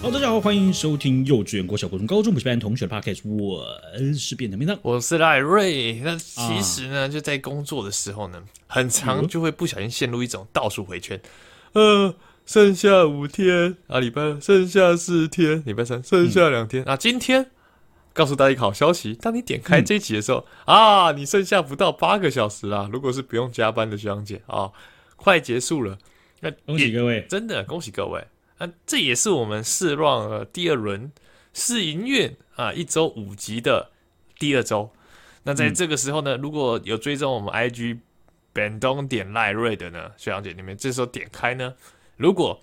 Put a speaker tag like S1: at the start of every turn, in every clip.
S1: 好，大家好，欢迎收听幼稚园、国小、国中、高中补习班同学的 podcast，我是变成变当。
S2: 我是赖瑞。那其实呢，就在工作的时候呢，很常就会不小心陷入一种倒数回圈。呃，剩下五天啊，礼拜剩下四天，礼拜三剩下两天、啊，今天。告诉大家一个好消息，当你点开这一集的时候、啊，你剩下不到八个小时啦。如果是不用加班的学长姐啊，快结束了。那
S1: 恭喜
S2: 也
S1: 各位，
S2: 真的恭喜各位！啊，这也是我们试乱呃第二轮试营运啊，一周五集的第二周。那在这个时候呢，如果有追踪我们 IG 本东点赖瑞的呢，学长姐你们这时候点开呢，如果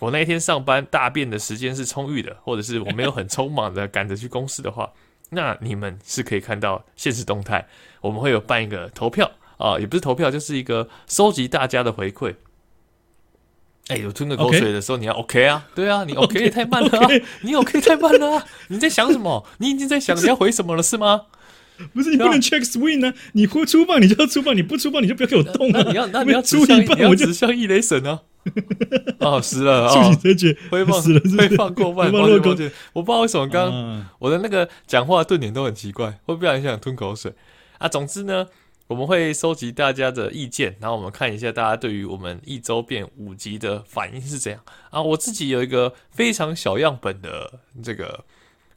S2: 我那一天上班大便的时间是充裕的，或者是我没有很匆忙的 赶着去公司的话，那你们是可以看到现实动态，我们会有办一个投票啊，也不是投票，就是一个收集大家的回馈。哎、有吞个口
S1: OK
S2: 水的时候你要 OK 啊，对啊，你 OK
S1: OK，
S2: 也太慢了、啊
S1: OK
S2: 你 OK 太慢了、啊，你在想什么？你已经在想你要回什么了是 吗？
S1: 不是你不能 check swing 呢、啊？你会粗放你就要粗放，你不粗放你就不要给我动
S2: 那
S1: 啊！
S2: 你要那你要指
S1: 出
S2: 向
S1: 一
S2: 一你
S1: 半
S2: 要
S1: 我就
S2: 指向一雷神 啊！哦，是了
S1: 触
S2: 哦
S1: 底，折绝，
S2: 挥放
S1: 死了是 不是
S2: 挥放过半，
S1: 挥放
S2: 抱歉
S1: 落空
S2: 抱歉我不知道为什么刚
S1: 啊
S2: 我的那个讲话顿点都很奇怪，会不小心想吞口水啊。总之呢，我们会收集大家的意见，然后我们看一下大家对于我们一周变五集的反应是怎样啊。我自己有一个非常小样本的这个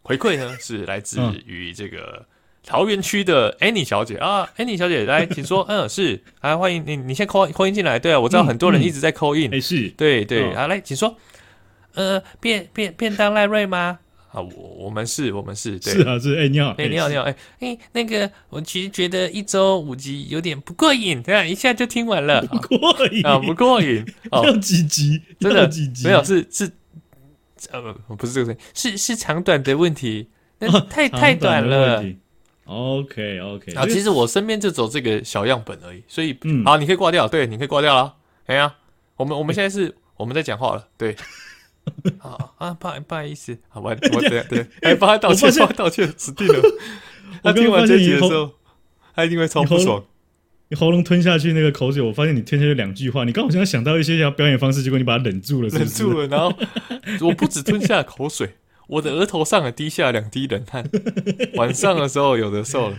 S2: 回馈呢，是来自
S1: 嗯
S2: 于这个。桃园区的 Annie 小姐啊，Annie 小姐来，请说。嗯，是，啊，欢迎你，你先扣扣音进来。对啊，我知道
S1: 嗯
S2: 很多人
S1: 嗯
S2: 一直在扣音、
S1: 哎、是
S2: 对对，
S1: 嗯
S2: 好、来，请说。呃，便便便当赖瑞吗？啊，我我们是，我们是，对，
S1: 是啊是，哎、你好，
S2: 哎、你好，你
S1: 好，
S2: 好，哎、哎、那个，我其实觉得一周五集有点不过瘾， 对啊，一下就听完了
S1: 不过瘾
S2: 啊，不 过瘾哦，
S1: 要几集？
S2: 真
S1: 要
S2: 的
S1: 几集？
S2: 没有，是是，呃，不是这个声音，是是长短的问题，那太
S1: 哦长
S2: 太短
S1: 的问
S2: 了。
S1: 题。OK OK，
S2: 啊，其实我身边就走这个小样本而已，所以，
S1: 嗯
S2: 好，你可以挂掉，对，你可以挂掉了。哎呀，我们我们现在是我们在讲话了， 对。好啊，不好不好意思，好，我我等下对，哎，帮他道
S1: 我
S2: 歉，
S1: 发现
S2: 帮他道歉，死定了。他
S1: 我刚刚
S2: 听完
S1: 发现
S2: 这集
S1: 你
S2: 的时
S1: 喉
S2: 候，他一定会超不
S1: 你喉
S2: 爽。
S1: 你喉咙吞下去那个口水，我发现你吞下去两句话，你刚好像想到一些要表演方式，结果你把它忍住了，是不
S2: 忍
S1: 是？
S2: 住了，然后我不止吞下口水，我的额头上也滴下两滴冷汗。晚上的时候有的受了，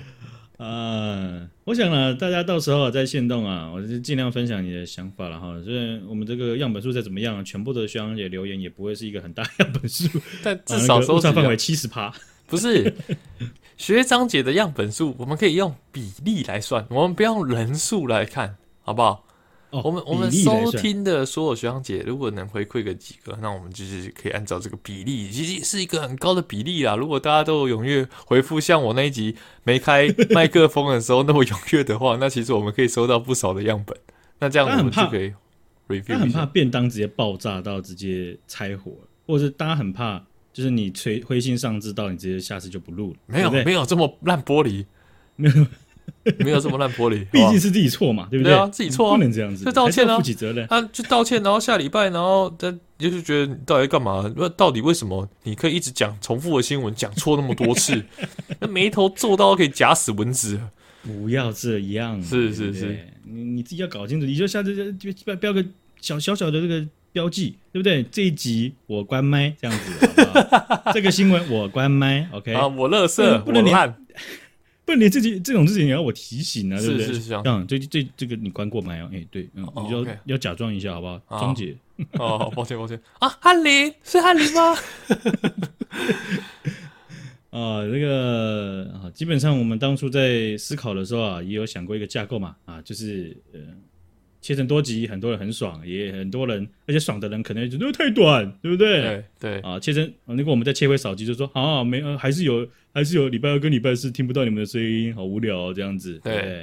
S1: 啊，我想啊，大家到时候啊在线动啊，我就尽量分享你的想法了哈。就是我们这个样本数再怎么样啊，全部的学长姐留言也不会是一个很大的样本数，
S2: 但
S1: 啊
S2: 至少
S1: 那个误
S2: 收集
S1: 差范
S2: 了
S1: 围七十趴。
S2: 不是学长姐的样本数，我们可以用比例来算，我们不要用人数来看，好不好？
S1: 哦，
S2: 我们我们
S1: 比例来
S2: 收
S1: 算
S2: 听的所有学长姐，如果能回馈个几个，那我们就是可以按照这个比例，其实是一个很高的比例啦。如果大家都有踊跃回复，像我那一集没开麦克风的时候那么踊跃的话，那其实我们可以收到不少的样本。那这样
S1: 大家
S2: 我
S1: 很
S2: 们就
S1: 怕
S2: 可以
S1: 大家
S2: review
S1: 很
S2: 一
S1: 怕
S2: 下。
S1: 便当直接爆炸到直接拆伙，或者是大家很怕，就是你垂灰心丧志到你直接下次就不录了，
S2: 没有
S1: 对不对
S2: 没有这么烂 玻璃，
S1: 没有，
S2: 没有这么烂玻璃，
S1: 毕
S2: 好不好
S1: 竟是自己错嘛，对不
S2: 对 啊自己错啊
S1: 不能这样子，
S2: 就道 歉
S1: 还
S2: 啊
S1: 是要负起责任。
S2: 他就道歉，然后下礼拜，然后他就是觉得你到底在干嘛？那到底为什么你可以一直讲重复的新闻，讲错那么多次？ 那眉头皱到可以夹死蚊子了。
S1: 不要这样，
S2: 是
S1: 对不
S2: 是
S1: 对
S2: 是，
S1: 你你自己要搞清楚，你就下次就就标个小小小的这个标记，对不对？这一集我关麦这样子，好不 好这个新闻我关麦，OK，
S2: 啊，我乐色
S1: 嗯，不
S2: 我
S1: 能连
S2: 烂，
S1: 不然你自己这种事情也要我提醒啊，对
S2: 是
S1: 不对？
S2: 是是这样
S1: 嗯，这这这个你关过麦哦，哎，对，嗯，
S2: 哦
S1: 你就
S2: OK
S1: 要要假装一下，好不好？
S2: 好
S1: 庄姐，
S2: 哦，好抱歉抱歉啊，翰林是翰林 吗？
S1: 啊，这个啊，基本上我们当初在思考的时候啊，也有想过一个架构嘛，啊，就是呃，切成多集，很多人很爽，也很多人，而且爽的人可能觉得呃太短，对不对？
S2: 对对，
S1: 啊，切成那个我们再切回扫机，就说啊，没，呃、还是有，还是有礼拜二跟礼拜四听不到你们的声音，好无聊、哦、这样子，
S2: 对
S1: 不对，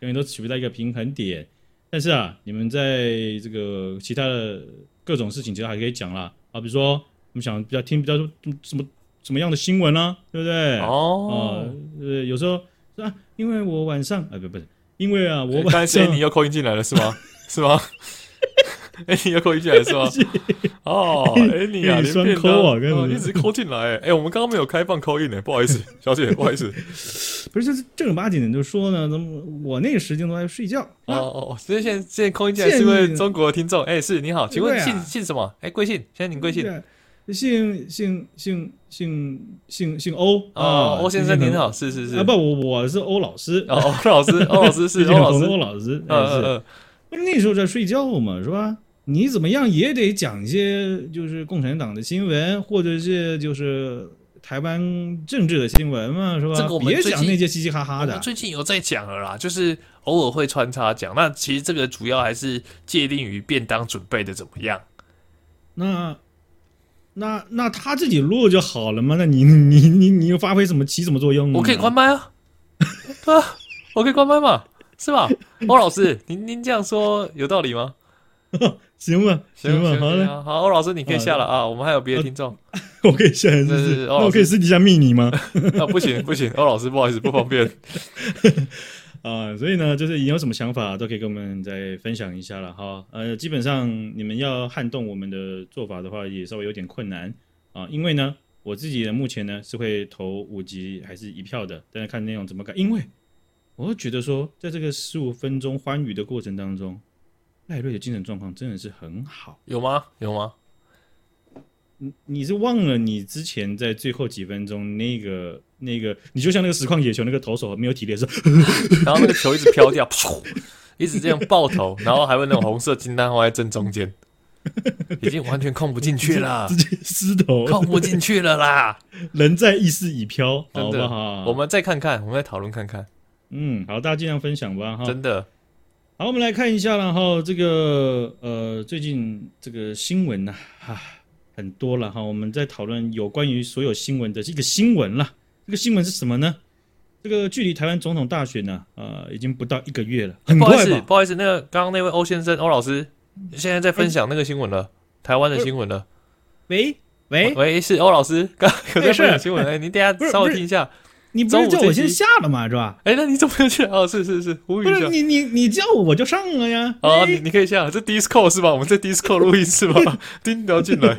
S1: 永远都取不到一个平衡点。但是啊，你们在这个其他的各种事情，其实还可以讲啦，啊，比如说我们想比较听比较多什么什么样的新闻啦、对不对？啊
S2: 哦，
S1: 呃，有时候说啊，因为我晚上啊，不不是，因为啊，我
S2: 刚才
S1: 晚
S2: 谁
S1: 上
S2: 你又扣音进来了是吗？是吗？ 哎，你又扣音进来了是吗？哦，哎你啊，
S1: 你
S2: 连
S1: 双
S2: 便
S1: 扣啊
S2: 当
S1: 跟
S2: 哦
S1: 什么
S2: 一直扣进来，哎，我们刚刚没有开放扣音呢，不好意思，小姐，不好意思。
S1: 不是就是正儿八经的就说呢，怎么我那个时间都在睡觉
S2: 哦
S1: 啊？
S2: 哦，哦，所以现在现在空进来是因为中国的听众，哎、是你好，请问
S1: 对啊
S2: 姓、姓什么？哎、贵姓，先请贵姓。
S1: 对啊姓姓姓姓姓姓欧
S2: 哦，
S1: 啊
S2: 欧先生
S1: 姓
S2: 您
S1: 很
S2: 好，是是是，
S1: 啊，不，我我是欧老师，
S2: 哦，欧老师， 欧老师
S1: 最
S2: 是
S1: 近
S2: 欧老
S1: 很
S2: 师，
S1: 欧老师，
S2: 嗯
S1: 哎是
S2: 嗯嗯，
S1: 那时候在睡觉嘛，是吧？你怎么样也得讲一些就是共产党的新闻，或者是就是台湾政治的新闻嘛，是吧？
S2: 这个我们
S1: 别
S2: 最
S1: 讲
S2: 近
S1: 那些嘻嘻哈哈
S2: 我
S1: 的
S2: 们。最近有在讲了啦，就是偶尔会穿插讲。那其实这个主要还是界定于便当准备的怎么样。
S1: 那那那他自己录就好了嘛？那你你你你又发挥什么起什么作用呢？
S2: 我可以关麦 啊，对啊，我可以关麦嘛，是吧？欧老师，您您这样说有道理吗？
S1: 行吧，
S2: 行
S1: 吧，
S2: 行
S1: 好嘞，呃
S2: 行好，欧老师你可以下了啊，我们还有别的听众
S1: 我可以下来，是不
S2: 是是
S1: 是？
S2: 是哦
S1: 那我可以私底下密你 吗？
S2: 啊，不行不行，欧老师不好意思不方便。
S1: 啊，所以呢，就是你有什么想法都可以跟我们再分享一下了哈。呃，基本上你们要撼动我们的做法的话，也稍微有点困难啊，因为呢，我自己呢目前呢是会投五级还是一票的，但是看内容怎么改，因为我会觉得说，在这个十五分钟欢愉的过程当中，赖瑞的精神状况真的是很好。
S2: 有吗？有吗？
S1: 你你是忘了你之前在最后几分钟那个那个，你就像那个实况野球那个投手没有体力的时候，
S2: 然后那个球一直飘 掉，噗一直这样爆头，然后还会那种红色金蛋花在正中间，已经完全控不进去 了
S1: 直，接失投，
S2: 控不进去 了啦。
S1: 人在意识已飘，好
S2: 真
S1: 不
S2: 的
S1: 好？
S2: 我们再看看，我们再讨论看看，
S1: 嗯，好，大家尽量分享吧，哈。
S2: 真的
S1: 好，我们来看一下，然后这个呃，最近这个新闻呐、啊，很多了哈。我们在讨论有关于所有新闻的一个新闻啦。这个新闻是什么呢？这个距离台湾总统大选呢、呃，已经不到一个月了，很
S2: 哎不好意
S1: 快
S2: 思，
S1: 吧？
S2: 不好意思，那个刚刚那位欧先生、欧老师，现在在分享那个新闻了，台湾的新闻了。
S1: 喂喂，
S2: 喂，是欧老师，刚刚有在分享新 闻，哎，您等一
S1: 不
S2: 下
S1: 是
S2: 稍
S1: 不
S2: 微
S1: 是
S2: 听一下。
S1: 你不
S2: 中
S1: 是
S2: 午
S1: 叫
S2: 这
S1: 我先
S2: 集
S1: 下了嘛，是吧？
S2: 哎，那你怎么又去？哦，是是是，
S1: 不
S2: 呼吁一
S1: 是
S2: 下。
S1: 你你你叫我我就上了呀。
S2: 哦，
S1: 哎
S2: 你你可以下，这 Discord 是吧？我们在 Discord 录音 是吧？叮聊进来，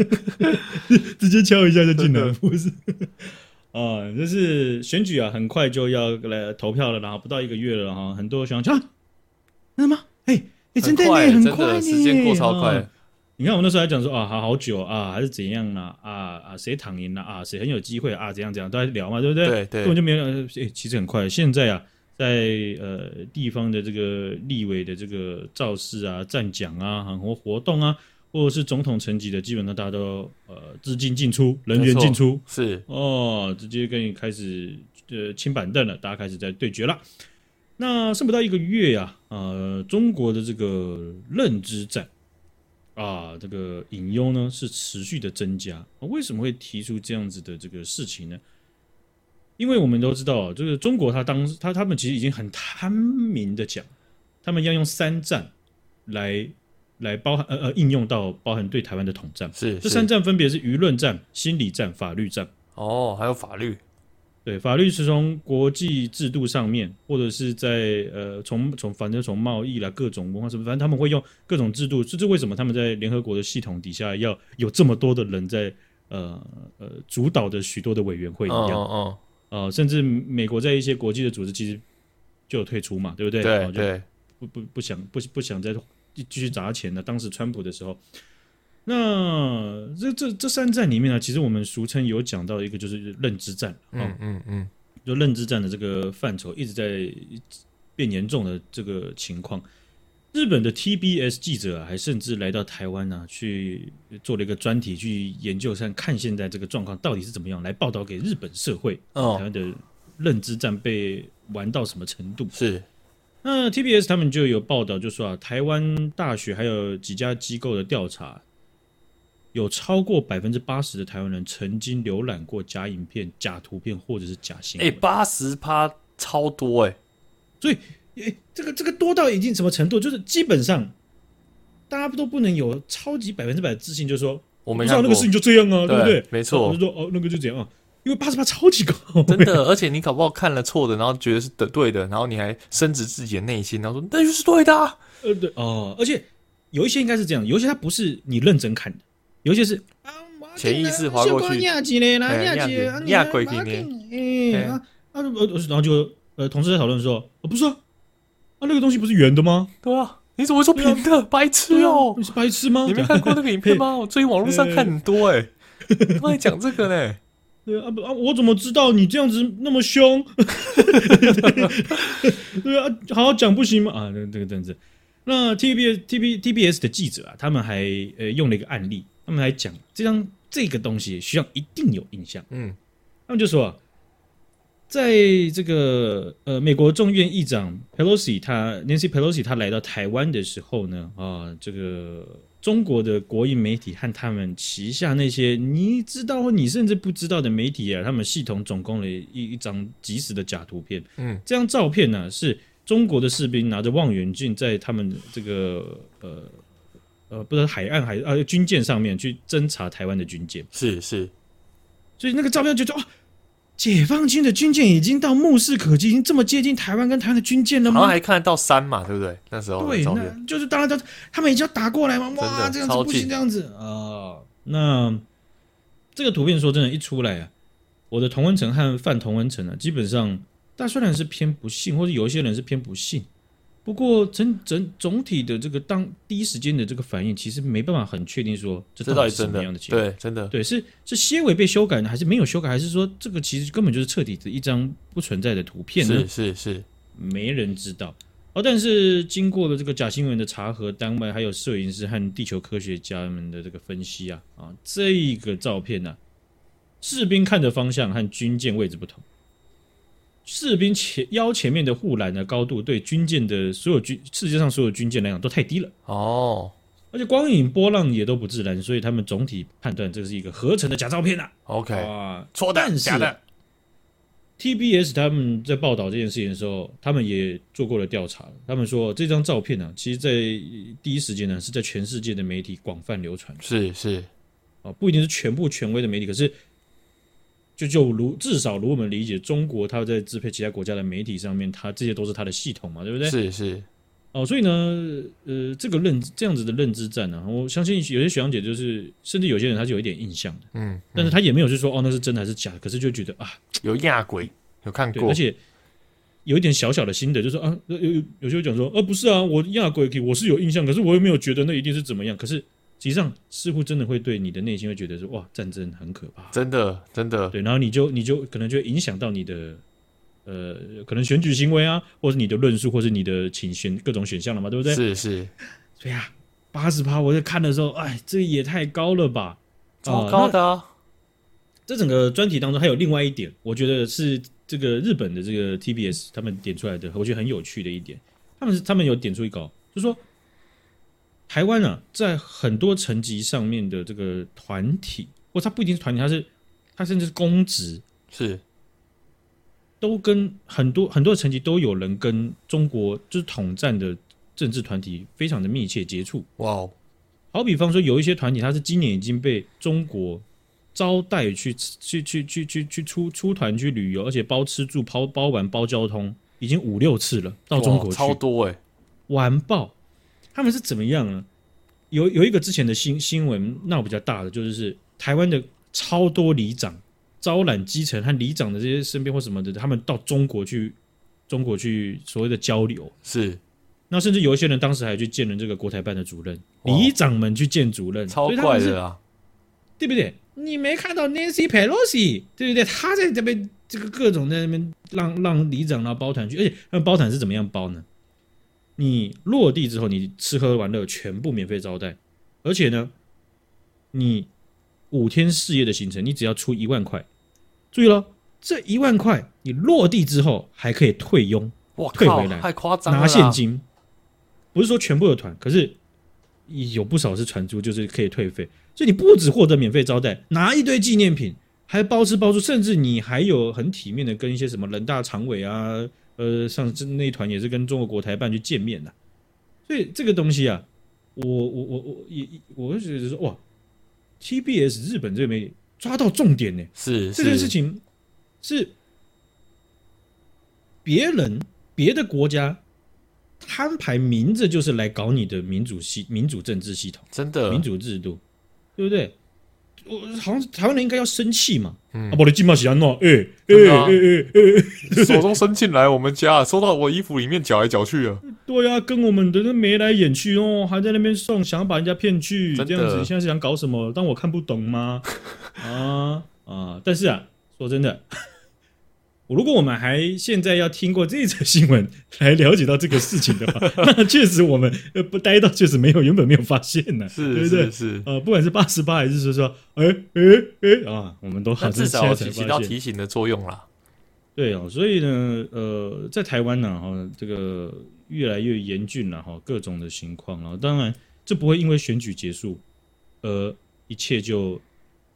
S1: 直接敲一下就进
S2: 真
S1: 来，
S2: 的
S1: 不是？ 啊、就是选举啊，很快就要来投票了，然后不到一个月了哈，很多选手啊，真的吗？哎、哎、真的
S2: 很快
S1: 呢，很
S2: 真
S1: 快
S2: 的
S1: 呢，
S2: 时间过超快
S1: 啊。你看我们那时候还讲说啊，好好久啊，还是怎样啦啊啊，谁躺赢了啊，谁很有机会啊，怎样怎样，都在聊嘛，对不对？
S2: 对对
S1: 根本就没有。呃哎、其实很快，现在啊，在呃地方的这个立委的这个造势啊、站奖啊、很多活动啊，或者是总统层级的，基本上大家都呃资金进出、人员进出
S2: 是
S1: 哦，直接跟你开始呃清板凳了，大家开始在对决了。那剩不到一个月呀、呃，中国的这个认知战啊，这个隐忧呢是持续的增加、啊为什么会提出这样子的这个事情呢？因为我们都知道，就是中国他当他他们其实已经很贪明的讲，他们要用三战来来包含呃呃应用到包含对台湾的统战。
S2: 是
S1: 这
S2: 是
S1: 三战分别是舆论战、心理战、法律战。
S2: 哦，还有法律
S1: 对，法律是从国际制度上面，或者是在呃，从从反正从贸易啦，各种文化什么，反正他们会用各种制度，这是为什么他们在联合国的系统底下要有这么多的人在呃呃主导的许多的委员会
S2: 嗯
S1: 一
S2: 嗯
S1: 样，
S2: 嗯，
S1: 呃，甚至美国在一些国际的组织其实就有退出嘛，对不对？
S2: 对
S1: 哦就
S2: 对，
S1: 不不不想不不想再继继续砸钱了。当时川普的时候，那这这这三战里面呢，其实我们俗称有讲到一个就是认知战，哦
S2: 嗯嗯嗯，
S1: 就认知战的这个范畴一直在变严重的这个情况。日本的 TBS 记者啊，还甚至来到台湾呢、去做了一个专题，去研究看看现在这个状况到底是怎么样，来报道给日本社会，台
S2: 哦
S1: 湾的认知战被玩到什么程度。
S2: 是
S1: 那 TBS 他们就有报道，就说啊，台湾大学还有几家机构的调查，有超过百分之八十的台湾人曾经浏览过假影片、假图片或者是假新
S2: 哎
S1: 闻。
S2: 八十趴超多哎，
S1: 所以，诶，这个这个多到一定什么程度，就是基本上大家都不能有超级百分之百的自信，就是说
S2: 我
S1: 不
S2: 没
S1: 知道
S2: 看
S1: 那个
S2: 过
S1: 事，情就这样啊，对不
S2: 对
S1: 对？
S2: 没错
S1: 我就说哦，那个就这样啊，因为八十八超级高，
S2: 真的， 而且你搞不好看了错的，然后觉得是的对的，然后你还深植自己的内心，然后说那就是对的啊，
S1: 呃，对哦，而且有一些应该是这样，有一些它不是你认真看的，有一些是啊我要
S2: 潜意识
S1: 进来
S2: 划过去
S1: 先讲亚吉嘞啦，
S2: 哎
S1: 亚吉
S2: 亚
S1: 啊
S2: 吉
S1: 你
S2: 亚
S1: 来
S2: 鬼
S1: 我要给
S2: 给
S1: 你
S2: 哎
S1: 哎啊啊，呃呃然后就呃，同事在讨论说，哦，不是啊，啊那个东西不是圆的吗？
S2: 对啊，你怎么会说平的？白痴
S1: 对啊啊
S2: 哦
S1: 你！是白痴吗？
S2: 你没看过那个影片吗？我最近网络上看很多哎，他们还讲这个呢。
S1: 对啊不啊，我怎么知道你这样子那么凶？ 对啊，好好讲不行吗？啊，这这个真是。那 T B T B T B S 的记者啊，他们还呃用了一个案例，他们还讲这张这个东西，徐亮一定有印象。
S2: 嗯
S1: 他们就说啊，在这个呃美国众院议长 Pelosi 他 Nancy Pelosi 他来到台湾的时候呢，啊、这个中国的国营媒体和他们旗下那些你知道或你甚至不知道的媒体啊，他们系统总共了一一张即时的假图片。
S2: 嗯
S1: 这张照片呢、是中国的士兵拿着望远镜在他们这个呃呃不知道海岸还是呃军舰上面去侦察台湾的军舰。
S2: 是是，
S1: 所以那个照片就说，哦，解放军的军舰已经到目视可及，已经这么接近台湾跟台湾的军舰了
S2: 好像
S1: 吗？
S2: 还看得到山嘛，对不对？那时候的
S1: 对，
S2: 照片，
S1: 那就是当然他他们已经要打过来嘛，哇，
S2: 真
S1: 这
S2: 的
S1: 样子
S2: 超
S1: 不行，
S2: 近
S1: 这样子啊、哦那这个图片说真的，一出来啊，我的同文层和泛同文层啊，基本上大虽然是偏不信，或者有一些人是偏不信。不过整整总体的这个当第一时间的这个反应，其实没办法很确定说这
S2: 这
S1: 到
S2: 到
S1: 底
S2: 底
S1: 是什
S2: 真
S1: 么
S2: 的
S1: 样的？情况。
S2: 对，真的，
S1: 对，是是些微被修改呢，还是没有修改，还是说这个其实根本就是彻底的一张不存在的图片呢
S2: 是？是是，
S1: 没人知道。哦，但是经过了这个假新闻的查核单位，还有摄影师和地球科学家们的这个分析啊，啊，这个照片呢、士兵看的方向和军舰位置不同。士兵前腰前面的护栏的高度，对军舰的所有军世界上所有军舰来讲都太低了。
S2: 哦
S1: 而且光影波浪也都不自然，所以他们总体判断这是一个合成的假照片啊！
S2: ，OK，
S1: 哇
S2: 错的，
S1: 但是
S2: 假的，
S1: ，TBS 他们在报道这件事情的时候，他们也做过了调查，他们说这张照片呢、其实在第一时间呢是在全世界的媒体广泛流传
S2: 是是，
S1: 啊，不一定是全部权威的媒体，可是就就如至少如我们理解，中国它在支配其他国家的媒体上面，它这些都是它的系统嘛，对不对？
S2: 是是，
S1: 哦，所以呢，呃，这个认知这样子的认知战呢、我相信有些学长姐就是，甚至有些人他是有一点印象的，
S2: 嗯，
S1: 但是他也没有去说哦那是真的还是假的，可是就觉得啊，
S2: 有亚鬼，有看
S1: 对，
S2: 过
S1: 而，且有一点小小的心得，就是说啊，有有有些人讲说，呃、不是啊，我亚鬼体我是有印象，可是我又没有觉得那一定是怎么样，可是实际上似乎真的会对你的内心会觉得说，哇，战争很可怕，
S2: 真的真的，
S1: 对，然后你就你就可能就会影响到你的。呃，可能选举行为啊，或是你的论述，或是你的请选各种选项了嘛，对不对？
S2: 是是，
S1: 所以啊，八十趴我在看的时候，哎，这也太高了吧！
S2: 超
S1: 哦
S2: 高
S1: 那
S2: 的啊，
S1: 这整个专题当中还有另外一点，我觉得是这个日本的这个 TBS 他们点出来的，我觉得很有趣的一点，他们是他们有点出一个哦，就说台湾啊，在很多层级上面的这个团体，或它不一定是团体，它是它甚至是公职，
S2: 是
S1: 都跟很多很多层级都有人跟中国就是统战的政治团体非常的密切接触。
S2: 哇哦，
S1: 好比方说，有一些团体，它是今年已经被中国招待去去去去去去出出团去旅游，而且包吃住、包包玩、包交通，已经五六次了，到中国
S2: 哇
S1: 去
S2: 超多哎，
S1: 完爆。他们是怎么样呢？有有一个之前的新新闻闹比较大的，就是台湾的超多里长招揽基层和里长的这些身边或什么的，他们到中国去中国去所谓的交流，
S2: 是
S1: 那甚至有一些人当时还去见了这个国台办的主任，
S2: 哇
S1: 里长们去见主任，
S2: 超
S1: 嗯所以他
S2: 怪
S1: 们是
S2: 的啊，
S1: 对不对？你没看到 Nancy Pelosi 对不对？他在这边这个各种在那边让让里长然后包团去，而且他们包团是怎么样包呢？你落地之后，你吃喝玩乐全部免费招待，而且呢，你五天四夜的行程，你只要出一万块。注意喽，这一万块你落地之后还可以退佣，
S2: 哇
S1: 退
S2: 靠
S1: 回，来
S2: 太夸张了啦，
S1: 拿现金，不是说全部的团，可是有不少是传出就是可以退费，所以你不只获得免费招待，拿一堆纪念品，还包吃包住，甚至你还有很体面的跟一些什么人大常委啊，呃，上次那一团也是跟中国国台办去见面的、所以这个东西啊，我我我我也我就觉得说哇，TBS 日本这边抓到重点呢、
S2: 是
S1: 这件事
S2: 是
S1: 情是别人别的国家摊牌，明着
S2: 嗯
S1: 就是来搞你的民主系、民主政治系统、
S2: 真的
S1: 民主制度，对不对？我好像台湾人应该要生气嘛，
S2: 嗯
S1: 啊，我的金马喜安诺，哎哎
S2: 真的啊
S1: 哎哎哎，
S2: 手中伸进来我们家，收到我衣服里面搅来搅去啊。
S1: 对呀、跟我们的那眉来眼去哦，还在那边送，想要把人家骗去，
S2: 真的
S1: 这样子，你现在是想搞什么？当我看不懂 吗？啊啊！但是啊，说真的，我如果我们还现在要听过这则新闻来了解到这个事情的 话，那确实我们呃不待到确实没有原本没有发现呢、对
S2: 是
S1: 不对
S2: 是？是，
S1: 呃，不管是八十八还是说说，哎哎哎啊，我们都好
S2: 那
S1: 像
S2: 至
S1: 现
S2: 少有
S1: 在才
S2: 起起
S1: 发
S2: 到
S1: 现。
S2: 提醒的作用啦。
S1: 对
S2: 嗯
S1: 哦，所以呢，呃，在台湾呢，哈、这个越来越严峻了哈、各种的情况啊。当然，这不会因为选举结束，呃，一切就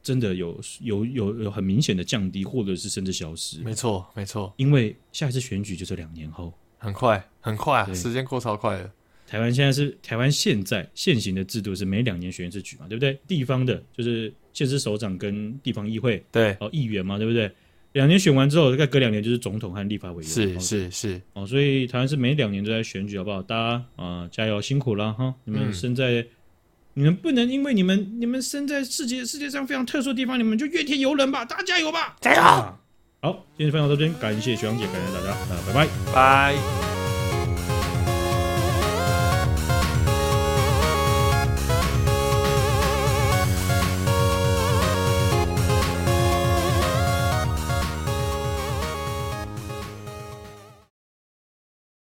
S1: 真的有有有有很明显的降低，或者是甚至消失。
S2: 没错没错，
S1: 因为下一次选举就是两年后。
S2: 很快很快啊，
S1: 对
S2: 时间过超快的。
S1: 台湾现在是台湾现在现行的制度是每两年选一次举嘛，对不对？地方的就是县市首长跟地方议会
S2: 对，
S1: 哦议员嘛，对不对？两年选完之后，大概隔两年就是总统和立法委员。
S2: 是
S1: 哦
S2: 是是，
S1: 哦，所以台湾是每两年都在选举，好不好？大家啊、加油，辛苦了哈！你们
S2: 嗯
S1: 身在，你们不能因为你们你们身在世界世界上非常特殊的地方，你们就怨天尤人吧！大家加油吧！
S2: 加油，
S1: 啊好，今天分享到这边，感谢学长姐，感谢大家，啊，拜拜。
S2: 拜。